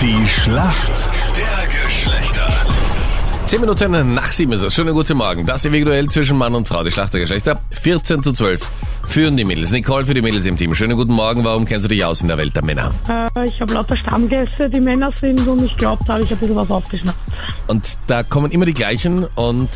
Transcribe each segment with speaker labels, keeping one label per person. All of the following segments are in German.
Speaker 1: Die Schlacht der Geschlechter.
Speaker 2: Zehn Minuten nach sieben ist es. Schönen guten Morgen. Das ewige Duell zwischen Mann und Frau, die Schlacht der Geschlechter. 14 zu 12 führen die Mädels. Nicole für die Mädels im Team. Schönen guten Morgen. Warum kennst du dich aus in der Welt der Männer?
Speaker 3: Äh, ich habe lauter Stammgäste, die Männer sind und ich glaube, da habe ich ein bisschen was aufgeschnappt.
Speaker 2: Und da kommen immer die gleichen und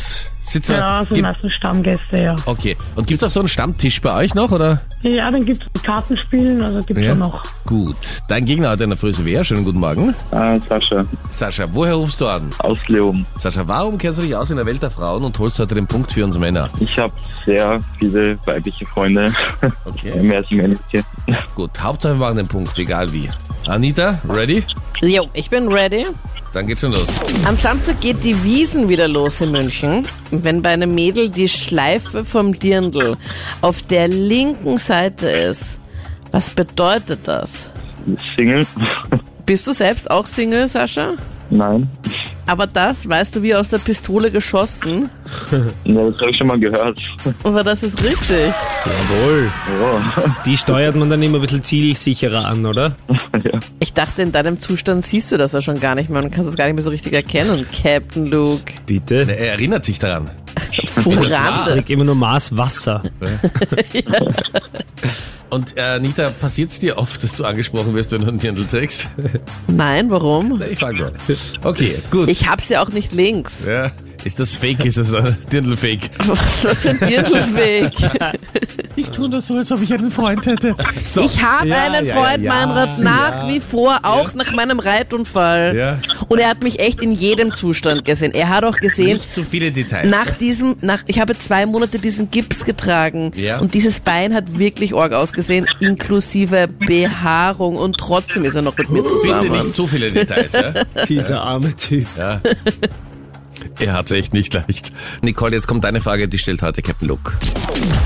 Speaker 2: sitzen...
Speaker 3: Ja, so die
Speaker 2: gibt,
Speaker 3: meisten Stammgäste, ja.
Speaker 2: okay. Und gibt's auch so einen Stammtisch bei euch noch, oder?
Speaker 3: Ja, dann gibt es Kartenspielen, also gibt es ja. noch.
Speaker 2: Gut. Dein Gegner heute in der Früh ist wer? Schönen guten Morgen.
Speaker 4: Äh, Sascha,
Speaker 2: Sascha, woher rufst du an?
Speaker 4: aus Leoben.
Speaker 2: Sascha, warum kennst du dich aus in der Welt der Frauen und holst heute den Punkt für uns Männer?
Speaker 4: Ich habe sehr viele weibliche Freunde.
Speaker 2: Okay.
Speaker 4: Mehr als männliche.
Speaker 2: Gut, Hauptsache wir machen den Punkt, egal wie. Anita, ready?
Speaker 5: Jo, ich bin ready.
Speaker 2: Dann geht's schon los.
Speaker 5: Am Samstag geht die Wiesen wieder los in München. Wenn bei einem Mädel die Schleife vom Dirndl auf der linken Seite ist, was bedeutet das?
Speaker 4: Single?
Speaker 5: Bist du selbst auch Single, Sascha?
Speaker 4: Nein.
Speaker 5: Aber das, weißt du, wie aus der Pistole geschossen?
Speaker 4: Ja, das habe ich schon mal gehört.
Speaker 5: Aber das ist richtig.
Speaker 6: Jawohl.
Speaker 4: Oh.
Speaker 6: Die steuert man dann immer ein bisschen zielsicherer an, oder?
Speaker 4: Ja.
Speaker 5: Ich dachte, in deinem Zustand siehst du das ja schon gar nicht mehr und kannst es gar nicht mehr so richtig erkennen, Captain Luke.
Speaker 6: Bitte.
Speaker 2: Er erinnert sich daran.
Speaker 6: Ich
Speaker 5: Purande.
Speaker 6: trinke immer nur Maß Wasser.
Speaker 2: Und äh, Anita, passiert es dir oft, dass du angesprochen wirst, wenn du einen Dirndl trägst?
Speaker 5: Nein, warum?
Speaker 2: Ich frage mal. Okay, gut.
Speaker 5: Ich hab's ja auch nicht links.
Speaker 2: ja. Ist das Fake? Ist das ein Dirndl-Fake?
Speaker 5: Was ist das für ein Dirndlweg?
Speaker 2: Ich tue das so, als ob ich einen Freund hätte. So.
Speaker 5: Ich habe
Speaker 2: Ja,
Speaker 5: einen
Speaker 2: ja,
Speaker 5: Freund,
Speaker 2: ja, ja.
Speaker 5: Meinrad, nach wie vor, auch nach meinem Reitunfall.
Speaker 2: Ja.
Speaker 5: Und er hat mich echt in jedem Zustand gesehen. Er hat auch gesehen,
Speaker 2: Nicht zu viele Details.
Speaker 5: nach diesem, nach, ich habe zwei Monate diesen Gips getragen.
Speaker 2: Ja.
Speaker 5: Und dieses Bein hat wirklich org ausgesehen, inklusive Behaarung. Und trotzdem ist er noch mit mir
Speaker 2: Bitte nicht
Speaker 5: zusammen.
Speaker 2: zu viele Details. Ja?
Speaker 6: Dieser arme Typ.
Speaker 2: er hat's echt nicht leicht. Nicole, jetzt kommt deine Frage, die stellt heute Captain Luke.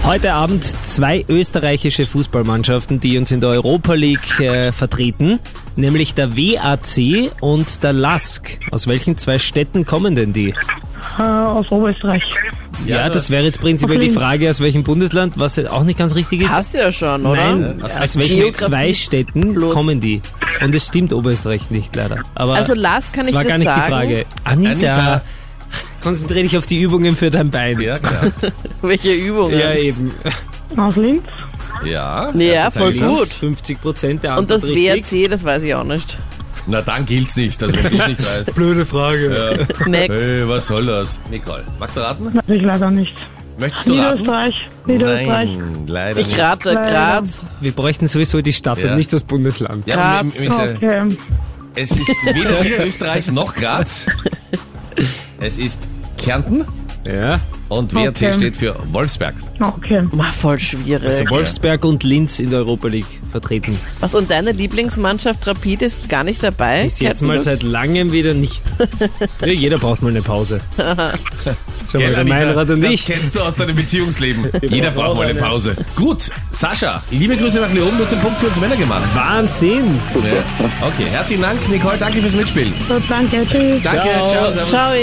Speaker 6: Heute Abend zwei österreichische Fußballmannschaften, die uns in der Europa League äh, vertreten, nämlich der WAC und der LASK. Aus welchen zwei Städten kommen denn die?
Speaker 3: Äh, aus Oberösterreich.
Speaker 6: Ja, das wäre jetzt prinzipiell die Frage, aus welchem Bundesland, was jetzt auch nicht ganz richtig ist.
Speaker 5: Passt ja schon, oder?
Speaker 6: Nein, aus welchen
Speaker 5: Geografie
Speaker 6: zwei Städten
Speaker 5: plus.
Speaker 6: kommen die? Und es stimmt Oberösterreich nicht, leider. Aber
Speaker 5: Also Lars kann
Speaker 6: das
Speaker 5: ich
Speaker 6: war
Speaker 5: das
Speaker 6: gar nicht
Speaker 5: sagen.
Speaker 6: die Frage. Anita,
Speaker 2: Anita.
Speaker 6: konzentriere dich auf die Übungen für dein Bein.
Speaker 2: Ja, klar.
Speaker 5: Welche Übungen?
Speaker 6: Ja, eben.
Speaker 3: Aus Linz.
Speaker 2: Ja, Also,
Speaker 5: Ja, voll
Speaker 2: Teil
Speaker 5: gut.
Speaker 6: 50 Prozent der
Speaker 5: Und
Speaker 6: Antwort
Speaker 5: das
Speaker 6: richtig.
Speaker 5: WRC, das weiß ich auch nicht.
Speaker 2: Na, dann gilt's nicht, also wenn du's nicht weißt.
Speaker 6: Blöde Frage.
Speaker 5: Next.
Speaker 2: Hey, was soll das? Nicole, magst du raten?
Speaker 3: Weiß ich leider nicht.
Speaker 2: Möchtest du raten?
Speaker 3: Niederösterreich. Niederösterreich.
Speaker 2: Nein, leider
Speaker 5: Ich
Speaker 2: nicht.
Speaker 5: rate Graz.
Speaker 6: Wir bräuchten sowieso die Stadt
Speaker 2: Ja.
Speaker 6: und nicht das Bundesland.
Speaker 2: Ja, mit,
Speaker 5: Graz.
Speaker 2: mit, mit,
Speaker 3: Okay.
Speaker 2: Es ist weder Österreich noch Graz. Es ist Kärnten
Speaker 6: Ja.
Speaker 2: und WRC
Speaker 3: Okay.
Speaker 2: steht für Wolfsberg.
Speaker 3: Okay.
Speaker 5: Ma, voll schwierig.
Speaker 6: Also Wolfsberg und Linz in der Europa League vertreten.
Speaker 5: Was und deine Lieblingsmannschaft Rapid ist gar nicht dabei?
Speaker 6: Ist jetzt
Speaker 5: Captain
Speaker 6: mal
Speaker 5: Luke?
Speaker 6: seit langem wieder nicht. Ja, jeder braucht mal eine Pause. Schau mal, der Meinrad und
Speaker 2: das
Speaker 6: ich.
Speaker 2: kennst du aus deinem Beziehungsleben. Jeder braucht
Speaker 6: brauchen
Speaker 2: mal eine
Speaker 6: eine.
Speaker 2: Pause. Gut, Sascha, liebe Grüße nach Leoben, du hast den Punkt für uns Männer gemacht.
Speaker 6: Wahnsinn!
Speaker 2: Ja. Okay, herzlichen Dank, Nicole, danke fürs Mitspielen.
Speaker 3: So, Äh, danke. Tschüss.
Speaker 2: Danke, ciao. servus.
Speaker 5: Ciao.